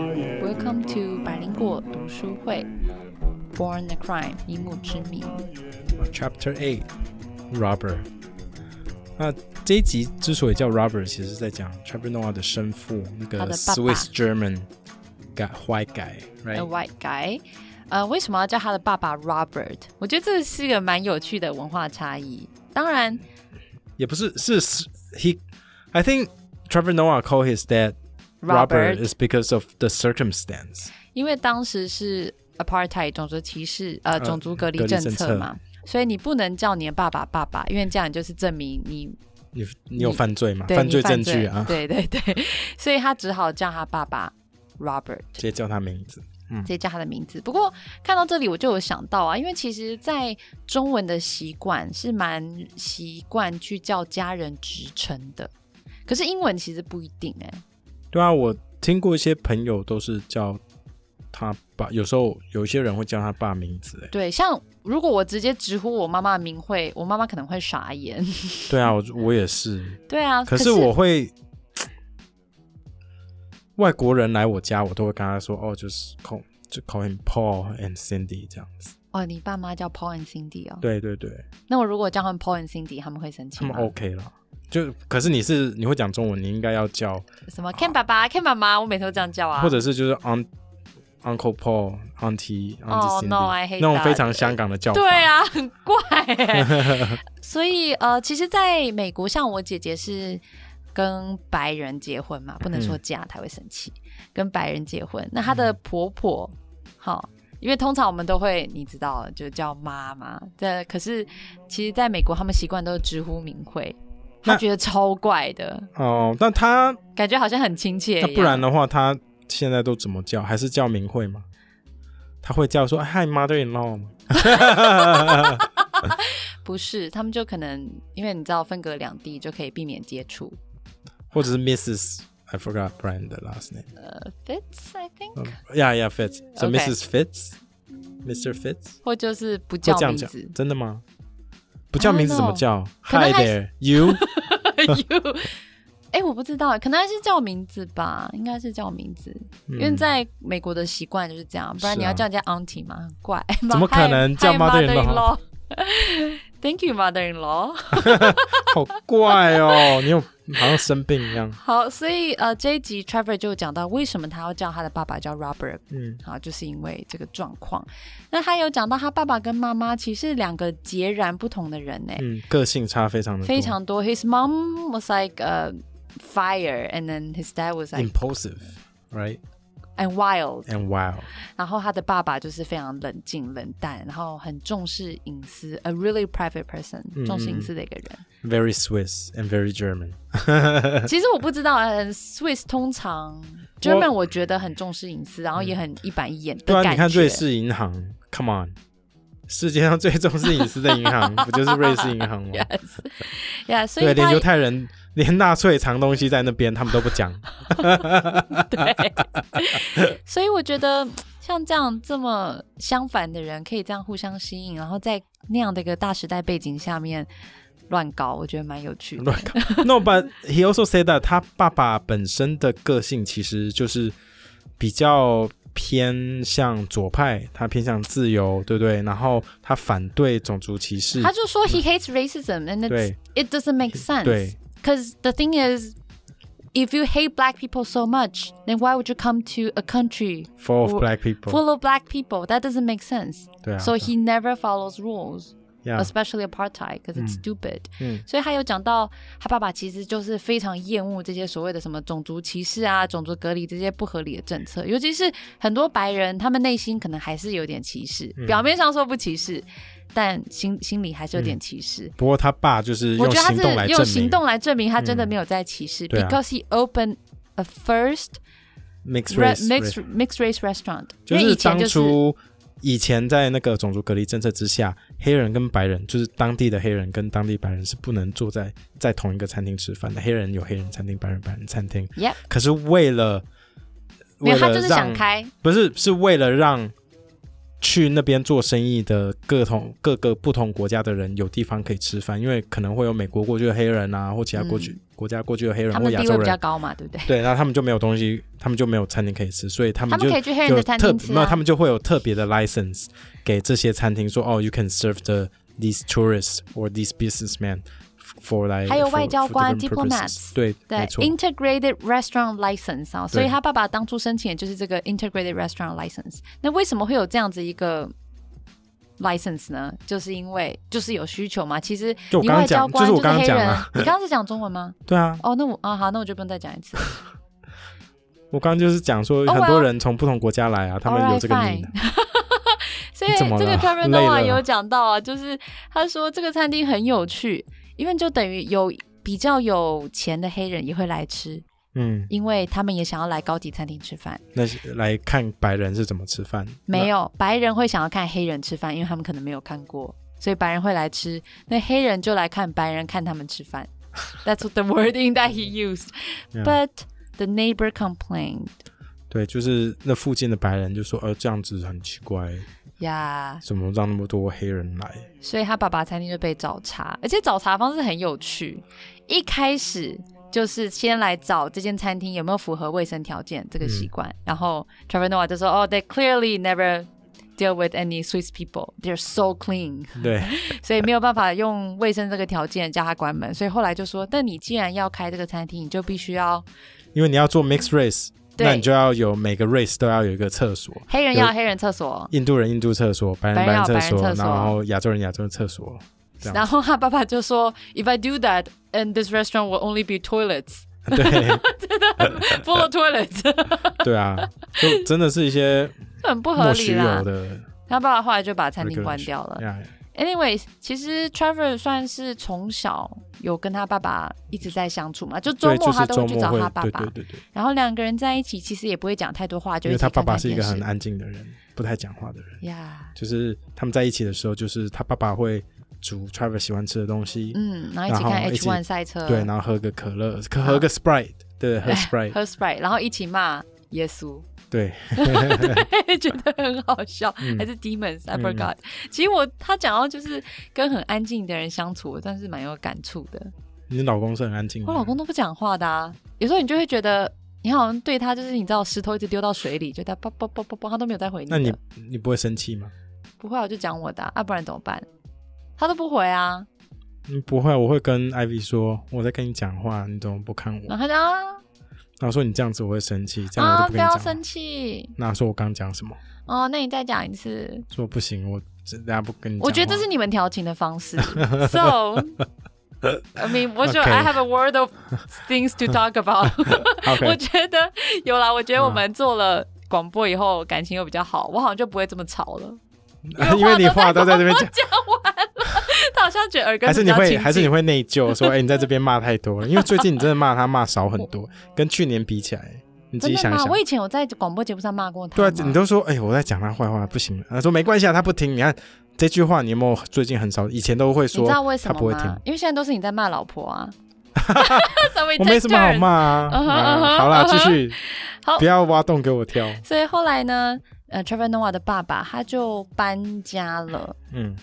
Welcome to 百灵果读书会。Born a Crime，以母之名。 Chapter Eight Robber。那这一集之所以叫 Robber，其实是在讲 Trevor Noah 的生父他那的个爸爸 Swiss German 改坏改 A ，right？ white guy。呃，为什么要叫他的爸爸 Robert？我觉得这是一个蛮有趣的文化差异。当然，也不是是是 he。I think Trevor Noah called his dad Robber Robert is because of the circumstance。因为当时是 apartheid 种族歧视，呃，种族隔离隔离政政策策嘛，所以你不能叫你的爸爸爸爸，因为这样就是证明你你你有你犯罪嘛？对犯你罪犯证据啊，对对对，所以他只好叫他爸爸 Robert。直接叫他名字。直接叫他的名字。不过看到这里，我就有想到啊，因为其实，在中文的习惯是蛮习惯去叫家人职称的，可是英文其实不一定哎、对啊，我听过一些朋友都是叫他爸，有时候有一些人会叫他爸名字、欸。对，像如果我直接直呼我妈妈的名讳，我妈妈可能会傻眼。 对啊，我我也是。对啊， 可可是我会，外国人来我家，我都会跟他说，哦，就是 call 就 call him Paul and Cindy 这样子。哦，你爸妈叫 Paul and Cindy 哦。对对对，那我如果叫他们 Paul and Cindy，他们会生气他们哦吗？ OK 了。就可是你是你会讲中文，你应该要叫，什么 Ken 爸爸、Ken 妈妈，我每次都这样叫啊。或者是就是 aunt uncle Paul auntie auntie Oh, Cindy，、 no, I hate 那种非 that. 常香港的叫法。对啊， 很怪、欸。所以呃，其实在美国，像我姐姐是跟白人结婚嘛，不能嗯说嫁，她会生气。跟白人结婚，那她的婆婆，好、因为通常我们都会，你知道，就叫妈妈。这可是，其实在美国，他们习惯都是直呼名讳，那她觉得超怪的，哦，那他感觉好像很亲切一那样。不然的话，他现在都怎么叫？还是叫明慧吗？他会叫说哎 “Hi mother in law” 吗？不是，他们就可能因为你知道分隔两地，就可以避免接触。或者是 Mrs. I forgot Brian 的 last name。呃，Fits I 呃 think，、嗯 Yeah, yeah, Fitz. So Okay. Mrs. Fitz, Mr. Fitz 或就是不会叫这样名讲字，，真的吗？不叫名字怎么叫可能？Hi 还 there, you 有，哎、我不知道，可能还是叫名字吧，应该是叫名字，因为在美国的习惯就是这样，不然嗯是你要啊叫人家 auntie 嘛，很怪。怎么可能叫 mother-in-law Thank you, mother-in-law。好怪哦，你有好像生病一样。 好，所以呃，这一集 Trevor 就讲到为什么他要叫他的爸爸叫 Robert，嗯，好，就是因为这个状况。那他有讲到他爸爸跟妈妈其实是两个截然不同的人呢、嗯，个性差非常的非常多。His mom was like a fire, and then his dad was like impulsive, right? and wild. And wild. 然后他的爸爸就是非常冷静冷淡，然后很重视隐私，a really private person，重嗯视隐私的一个人。 Very Swiss and very German. 其实我不知道呃，Swiss 通常 German 我觉得很重视隐私，然后也很一板一眼的嗯对啊，感觉。你看瑞士银行，Come on，世界上最重视隐私的银 行，不就是瑞士银行吗？呀啊所对，以连他犹太人连纳粹藏东西在那边，他们都不讲。所以我觉得像这样这么相反的人，可以这样互相吸引，然后在那样的一个大时代背景下面乱搞，我觉得蛮有趣的 乱。搞。No, but he also said that 他爸爸本身的个性其实就是比较偏向左派，他偏向自由，对不对？然后他反对种族歧视他，就说 he hates racism and it's, 对 it doesn't make sense. 对 Because the thing is, if you hate black people so much, then why would you come to a country ，for of 我 black people， full of black people? That doesn't make sense. 对啊 So he never follows rules, Yeah. especially apartheid, because it's stupid. 啊嗯所以他有讲到，他爸爸其实就是非常厌恶这些所谓的什么种族歧视啊、种族隔离这些不合理的政策，尤其是很多白人，他们内心可能还是有点歧视，嗯表面上说不歧视，但心心里还是有点歧视。不过他爸就是我嗯用觉得行动他是来证用明嗯行动来证明他真的没有在歧视、b 对 e 啊 c a u s e he opened a first mixed re- race mixed mixed race restaurant，就因为以是前当就是初以前在那个种族隔离政策之下，黑人跟白人，就是当地的黑人跟当地白人是不能坐在在同一个餐厅吃饭的。黑人有黑人餐厅，白人白人餐厅。 Yep 可是为了没为有他了就是想让开不是是为了让去那边做生意的各同各个不同国家的人有地方可以吃饭，因为可能会有美国过去的黑人啊，或其他过去、嗯国家过去的黑人他或们亚地位洲比较人，高嘛，对不对？对，然后他们就没有东西，他们就没有餐厅可以吃，所以他他们们就可以去黑人就的餐特厅吃、啊，没有，他们就会有特别的 license 给这些餐厅说，哦，you can serve the these tourists or these businessmen for like 还有 for- 外交 for 官 different diplomats purposes 对对没错， ，Integrated Restaurant License 啊，所以他爸爸当初申请的就是这个 Integrated Restaurant License。那为什么会有这样子一个 license 呢？就是因为就是有需求嘛。其实就我你刚外刚交讲，就官是我刚黑刚人，讲啊，你刚刚是讲中文吗？对啊，哦，那我啊好，那我就不用再讲一次。我刚刚就是讲说 Oh, 很多 well. 人从不同国家来 啊，他们有 Alright, 这个 fine. 名。 所以怎么这个了 Karen 累 Noah 了有讲到啊，就是他说这个餐厅很有趣，因为就等于有比较有钱的黑人也会来吃，嗯，因为他们也想要来高级餐厅吃饭。那些来看白人是怎么吃饭？没有，白人会想要看黑人吃饭，因为他们可能没有看过，所以白人会来吃，那黑人就来看白人看他们吃饭。That's what the wording that he used, Yeah. but the neighbor complained. 对，就是那附近的白人就说，呃，这样子很奇怪，呀、怎么让那么多黑人来？所以他爸爸餐厅就被找茬，而且找茬方式很有趣。一开始就是先来找这间餐厅有没有符合卫生条件这个习惯，然后 Trevor Noah 就说：“哦、t h e y clearly never deal with any Swiss people. They're so clean.” 对，所以没有办法用卫生这个条件叫他关门，所以后来就说，但你既然要开这个餐厅，你就必须要因为你要做 mixed race，对那你就要有每个 race 都要有一个厕所，黑人要有黑人厕所。印度人印度厕所，白人白人要人厕白人厕所然后亚洲人亚洲人厕所。 这样然后他爸爸就说，If I do that, and this restaurant will only be toilets 对 full of toilets， 对啊，就真的是一些很不合莫理须啦有。的他爸爸后来就把餐厅 regulation 关掉了。呀。 Anyways，其实 Trevor 算是从小有跟他爸爸一直在相处嘛，就周对，末就他是都会周去末找会他，爸对爸，对对对，然后两个人在一起其实也不会讲太多话，就因为一起他爸看爸看是一个电视很安静的人，不太讲话的人。呀就是他们在一起的时候，就是他爸爸会煮 Trevor 喜欢吃的东西，嗯，然后一起然后看一 H 起 one 赛车，对，然后喝个可乐，可喝个 Sprite，对， 喝 Sprite，喝 Sprite，然后一起骂耶 稣，对，觉得很好笑，嗯还是 Demons，I forgot。其实我他讲到就是跟很安静的人相处，我算是蛮有感触的。你老公是很安静吗，我老公都不讲话的啊，有时候你就会觉得你好像对他就是你知道石头一直丢到水里，就他啵啵啵啵啵，他都没有再回你的。那你你不会生气吗？不会啊，我就讲我的啊，啊不然怎么办？他都不回啊，嗯，不会，我会跟 Ivy 说，我在跟你讲话，你怎么不看我？然后他就啊然后说你这样子我会生气，这样我啊就不跟你要讲生话。气那说我刚讲什么？哦，那你再讲一次。说不行，我这大家不跟你讲话。我觉得这是你们调情的方 式。so, I mean, what your Okay. I have a word of things to talk about 我 OK，觉得有啦，我觉得我们做了广播以后，感情又比较好，我好像就不会这么吵 了。因为你话都都在这 边讲，讲完了，他好像觉得耳根还是子比你较会清还是你净会内疚说，哎，你在这边骂太多了，因为最近你真的骂他骂少很多，跟去年比起来，你自己真想的一吗？想我。以前有在广播节目上骂过他对吗，啊，你都说哎、我在讲他坏话，不行。他说没关系啊，他不听。你看这句话，你有没有最近很少？以前都会你说知道为什他么不会吗听？，因为现在都是你在骂老婆 啊。 所以我没什么好骂啊。 嗯哼嗯哼啊好啦，嗯哼继续好，不要挖洞给我跳。所以后来呢，呃，Trevor Noah 的爸爸他就搬家了。嗯，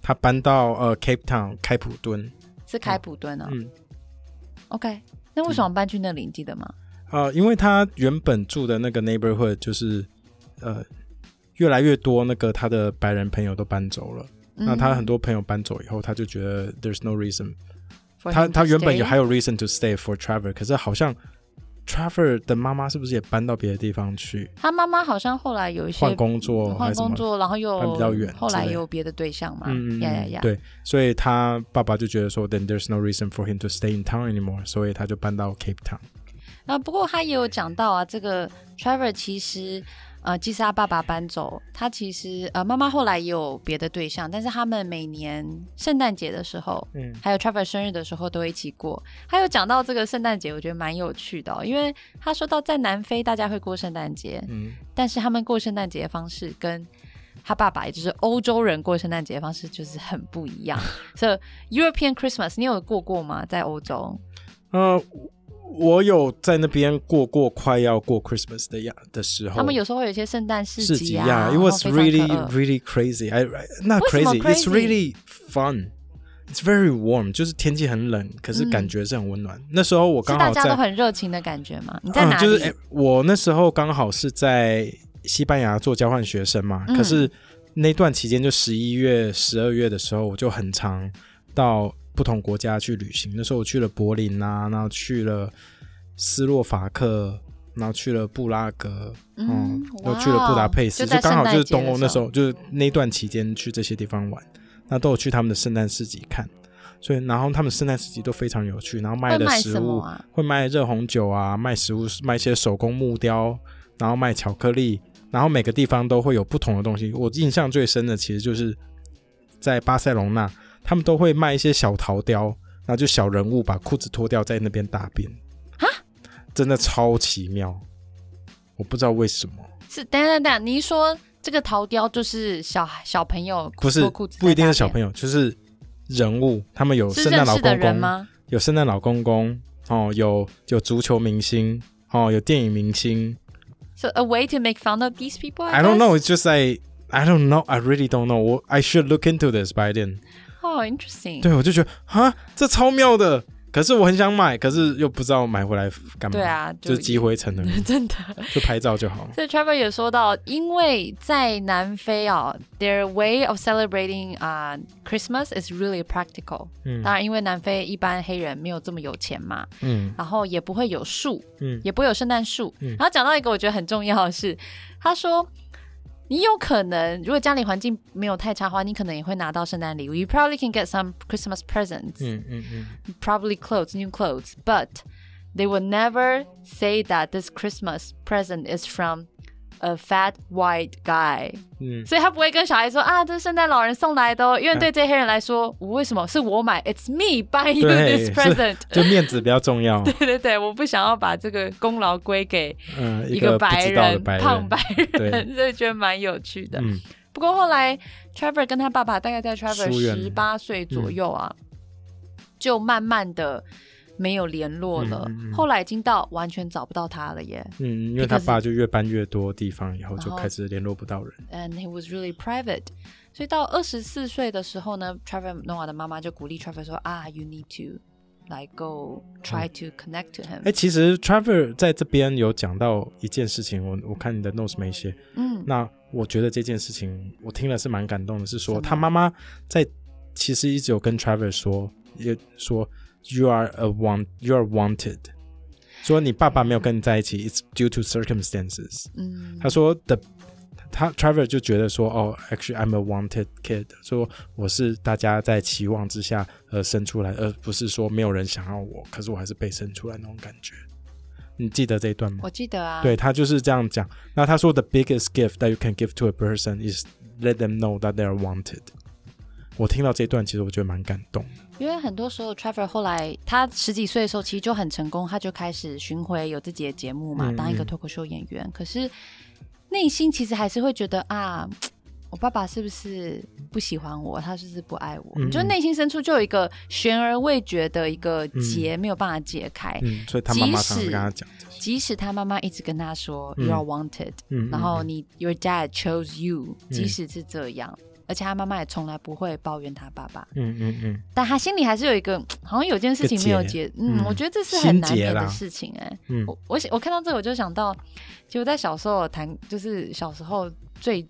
他搬到呃 Cape Town 开普敦，是开普敦啊、嗯， OK，那为什么搬去那里？你记得吗？呃，因为他原本住的那个 neighborhood 就是呃越来越多那个他的白人朋友都搬走了。嗯那他很多朋友搬走以后，他就觉得 there's no reason 他他原本有还有有 reason to stay for Trevor，可是好像 Trevor 的妈妈是不是也搬到别的地方去他妈妈好像后来有一些换工作还换是什工么？作，然后换又比较远后来之类有别的对象嘛？嗯嗯呀呀嗯呀！，对，所以他爸爸就觉得说，then there's no reason for him to stay in town anymore，所以他就搬到 Cape Town。那不过他也有讲到啊，这个 Trevor 其实。呃，即使他爸爸搬走，他其实呃，妈妈后来也有别的对象，但是他们每年圣诞节的时候，嗯还有 Trevor 生日的时候都一起过。还有讲到这个圣诞节，我觉得蛮有趣的哦、因为他说到在南非大家会过圣诞节，嗯，但是他们过圣诞节的方式跟他爸爸，也就是欧洲人过圣诞节的方式就是很不一样。so European Christmas，你有过过吗？在欧洲？呃，我有在那边过过快要过 Christmas 的呀的时候，他们有时候会有一些圣诞市市集集啊，呀、然 i t 后 was 非常可 really 恶 really crazy. I I- not 为什么 crazy. It's crazy？ really fun. It's very warm. 就是天气很冷，可是感觉是很温暖。那时候我是刚大好家都在，很热情的感觉吗？你在哪嗯、里？就是、哎我那时候刚好是在西班牙做交换学生嘛。嗯可是那段期间，就十一月、十二月的时候，我就很常到不同国家去旅行。那时候我去了柏林啊，然后去了斯洛伐克，然后去了布拉格，嗯，又去了布达佩斯，就在刚圣好诞就是节东欧的那时时候候，就是那段期间去这些地方玩，那都有去他们的圣诞市集看，所以然后他们圣诞市集都非常有趣，然后卖会的卖食什么物啊？会卖热红酒啊，卖食物，卖一些手工木雕，然后卖巧克力，然后每个地方都会有不同的东西。我印象最深的其实就是在巴塞隆纳，他们都会卖一些小陶雕，然后就小人物把裤子脱掉在那边大便，真的超奇妙，我不知道为什么。是等等等，你一说这个陶雕就是小小朋友不是脱裤子，不一定是小朋友，就是人物，他们有友是圣诞认老识的公人公，吗？有圣诞老公公，哦，有有足球明星，哦，有电影明星。 So a way to make fun of these people. I don't know, it's just like I don't know, I really don't know. 我 I should look into this, but I didn't. Oh, interesting. 对，我就觉得哈，这超妙的，可是我很想买，可是又不知道买回来干嘛。对，啊，就积灰尘 而已，真的。就拍照就好了。所以 Trevor 也说到，因为在南非啊、t h e i r way of celebrating 啊、Christmas is really practical。嗯当然，因为南非一般黑人没有这么有钱嘛，嗯然后也不会有树，嗯也不会有圣诞树。嗯然后讲到一个我觉得很重要的是，他说。你有可能，如果家里环境没有太差的话，你可能也会拿到圣诞礼物。You probably can get some Christmas presents. 嗯嗯嗯 probably clothes, new clothes, but they will never say that this Christmas present is from a fat white guy。嗯，所以他不会跟小孩说啊，这是圣诞老人送来的哦，因为对这些黑人来说，我为什么是我买？It's me buying you 对 this 是 present。就面子比较重要。对对对，我不想要把这个功劳归给嗯，一个不白知道的人、白胖 白人，对所以觉得蛮有趣的。嗯不过后来，Trevor 跟他爸爸大概在 Trevor 疏远嗯十八岁左右啊，就慢慢的没有联络了。嗯嗯嗯后来已经到完全找不到他了耶。嗯，因为他 Because- 爸就越搬越多地方，以后就然后开始联络不到人。 And he was really private。所以到二十四岁的时候呢，Trevor Noah 的妈妈就鼓励 Trevor 说啊，You need to like go try to connect to 哎、 him。其实 Trevor 在这边有讲到一件事情，我我看你的 notes 没写。嗯，那我觉得这件事情我听了是蛮感动的，是什说么他妈妈在其实一直有跟 Trevor 说，也说 You are a want, you are wanted。说你爸爸没有跟你在一起，It's due to circumstances。嗯，他说的，他 Trevor 就觉得说，哦，actually I'm a wanted kid，说我是大家在期望之下而生出来，而不是说没有人想要我，可是我还是被生出来那种感觉。你记得这一段吗？我记得啊，对他就是这样讲。那他说，the biggest gift that you can give to a person is let them know that they are wanted。我听到这一段，其实我觉得蛮感动。因为很多时候，Trevor 后来他十几岁的时候，其实就很成功，他就开始巡回有自己的节目嘛，嗯当一个嗯脱口秀演员。可是内心其实还是会觉得啊，我爸爸是不是不喜欢我？他是不是不爱我？嗯你就嗯内心深处就有一个悬而未决的一个结，没有办法解开。嗯，所以他妈妈即使常常跟他讲这些。即使他妈妈一直跟他说、嗯 “You are wanted”，、嗯，嗯然后嗯你 “Your dad chose you”，、嗯即使是这样，而且他妈妈也从来不会抱怨他爸爸。嗯嗯嗯但他心里还是有一个，好像有件事情没有解，嗯，嗯我觉得这是很难免心结啦的事情哎、嗯我我我看到这个我就想到，其实我在小时候谈，就是小时候最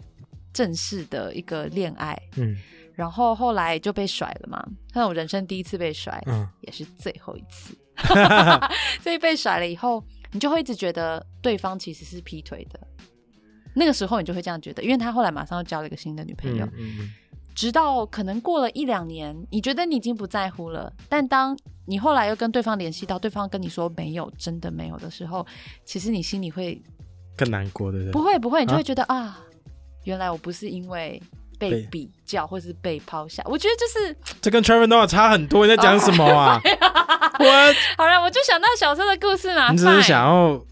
正式的一个恋爱，嗯然后后来就被甩了嘛，那我人生第一次被甩，嗯也是最后一 次，所以被甩了以后，你就会一直觉得对方其实是劈腿的。那个时候你就会这样觉得，因为他后来马上又交了一个新的女朋友，嗯嗯嗯直到可能过了一两年，你觉得你已经不在乎了，但当你后来又跟对方联系到，对方跟你说没有，真的没有的时候，其实你心里会更难过，对不对？不会不会，你就啊会觉得啊原来我不是因为被被比较或是被抛下，我觉得就是这跟 Trevor Noah 差很多，你在讲什么啊？ 我好了，我就想到小时候的故事嘛，你只是 fine 想要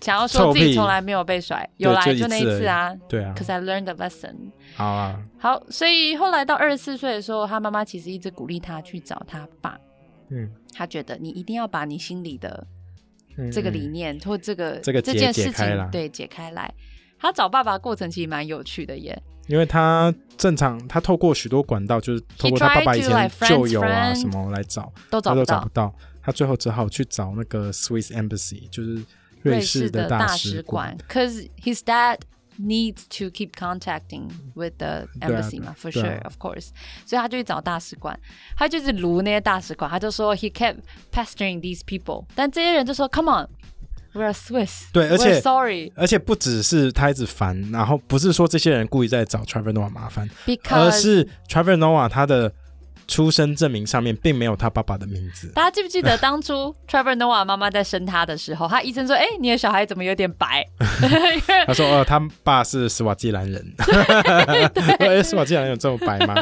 想要说自臭己屁从来没有被甩，有啦，就一就那一次而已次啊。对啊， Cause I learned the lesson。好啊，好，所以后来到二十四岁的时候，他妈妈其实一直鼓励他去找他爸，嗯他觉得你一定要把你心里的嗯这个理念或这个这个结件事解开情啦，对解开来。他找爸爸过程其实蛮有趣的耶。因为他正常，他透过许多管道，就是透过他爸爸以 tried to, 前 like, friends, 旧友啊 friend 什么来找，都找他不都找到不。到，他最后只好去找那个 Swiss Embassy，就是瑞士士的大使馆。 ，because his dad needs to keep contacting with the 对啊 embassy 嘛，for 对 sure 啊 of course，所以他就去找大使馆，他就是撸那些大使馆，他就说 he kept pestering these people，但这些人就说 come on，we are Swiss，对而 we're 且 sorry 而且不只是他一直烦，然后不是说这些人故意在找 Trevor Noah 麻烦，而 because 是 Trevor Noah 他的出生证明上面并没有他爸爸的名字。大家记不记得当初 Trevor Noah 妈妈在生他的时候，他医生说：“哎、你的小孩怎么有点白？”他说：“呃，他爸是斯瓦季兰 人。 哎，斯瓦季兰人有这么白 吗？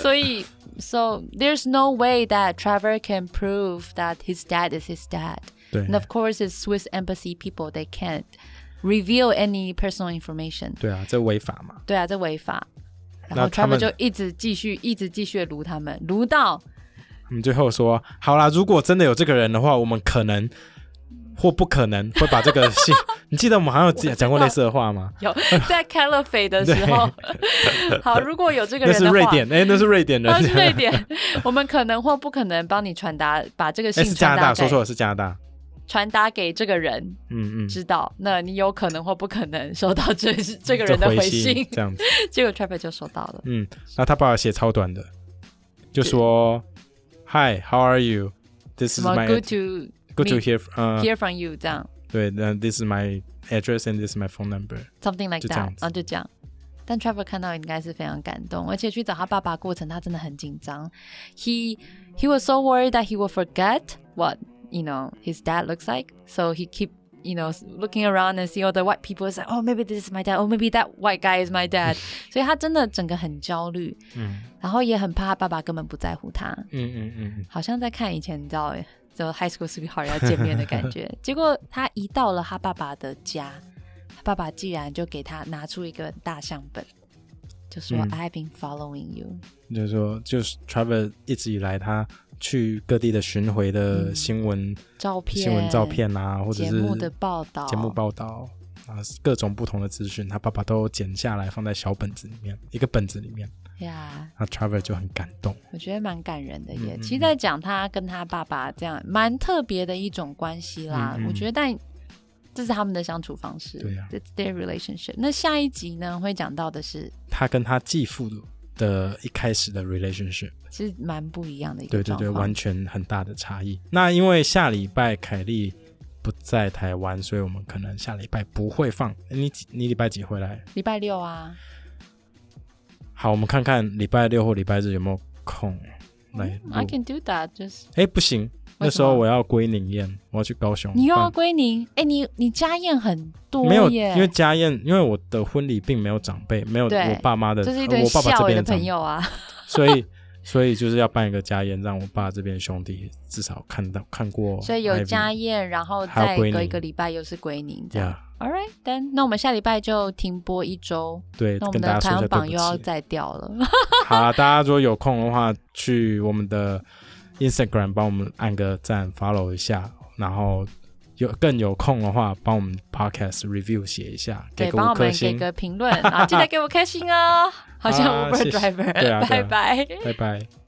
所以，so there's no way that Trevor can prove that his dad is his dad. 对 And of course, it's Swiss embassy people. They can't reveal any personal information. 对啊，这违法嘛。对啊，这违法。然后那他 Trevor 们就一直继续、一直继续地撸他们，撸到 我们最后说，好啦，如果真的有这个人的话，我们可能或不可能会把这个信。 你记得我们好像有讲讲过类似的话吗？有 在 Caliphate 的时候。 好，如果有这个那人是的话，瑞典， 哎，那是瑞典人他，是瑞典，我们可能或不可能帮你传达，把这个哎，信是加传拿达大，说给错了，是加拿大。传达给这个人嗯嗯，知道。那你有可能或不可能收到这这个人的这回信信，这样子。结果 Trevor 就收到了。嗯，那他爸爸写超短的，就说：“Hi, how are you? This 什 is 么 my good to good to meet- hear. 呃， hear from you 这样对，那 this is my address and this is my phone number。 ，something like 就这样 that，然子后就这样。但 Trevor 看到应该是非常感动，而且去找他爸爸过程，他真的很紧张。He he was so worried that he will forget what you know his dad looks like, so he keep you know looking around and see all the white people. It's like, oh, maybe this is my dad. Oh, maybe that white guy is my dad. 所以他真的整个很焦虑，嗯然后也很怕他爸爸根本不在乎他。嗯嗯嗯嗯，好像在看以前你知道，就 high school sweetheart 要见面的感 觉。结果他一到了他爸爸的家，他爸爸竟然就给他拿出一个大相本，就说、嗯 I've been following you。就是说，就是 Trevor 一直以来他去各地的巡回的新闻、照嗯片、新闻照、片啊，或者节是目的报道、节目报道啊，各种不同的资讯，他爸爸都剪下来放在小本子里面，一个本子里面。呀那 Trevor 就很感动。我觉得蛮感人的耶。嗯嗯其实，在讲他跟他爸爸这样蛮特别的一种关系啦。嗯嗯我觉得，但这是他们的相处方式，对呀啊 i t s their relationship。那下一集呢，会讲到的是他跟他继父的一开始的 relationship。其实蛮不一样的一个对对状对，况。完全很大的差异。那因为下礼拜凯莉不在台湾，所以我们可能下礼拜不会放。诶你几你礼拜几回来？礼拜六啊，好，我们看看礼拜六或礼拜日有没有空来录。嗯 I can do that. Just 哎、不行，那时候我要归宁宴，我要去高雄办。你又要归宁，哎、你你家宴很多耶，没有，因为家宴，因为我的婚礼并没有长辈，没有对我爸妈的，就是一呃堆我爸爸这笑边的长朋友啊，所以所以就是要办一个家宴，让我爸这边兄弟至少看到看过 Ivy。所以有家宴，然后还再有归隔一宁个礼拜又是归宁这样。呀 All right，但那我们下礼拜就停播一周，对，那我跟们大的家排行说一下对不榜起。又要再掉 了。好啊，大家如果有空的话，去我们的 Instagram 帮我们按个赞，follow 一下，然后有更有空的话，帮我们 Podcast review 写一下，给对，个帮五我颗们给星，啊个评论，然后记得给我开心哦。好像 啊 Uber 谢谢 driver，、对啊对啊 拜拜。拜拜。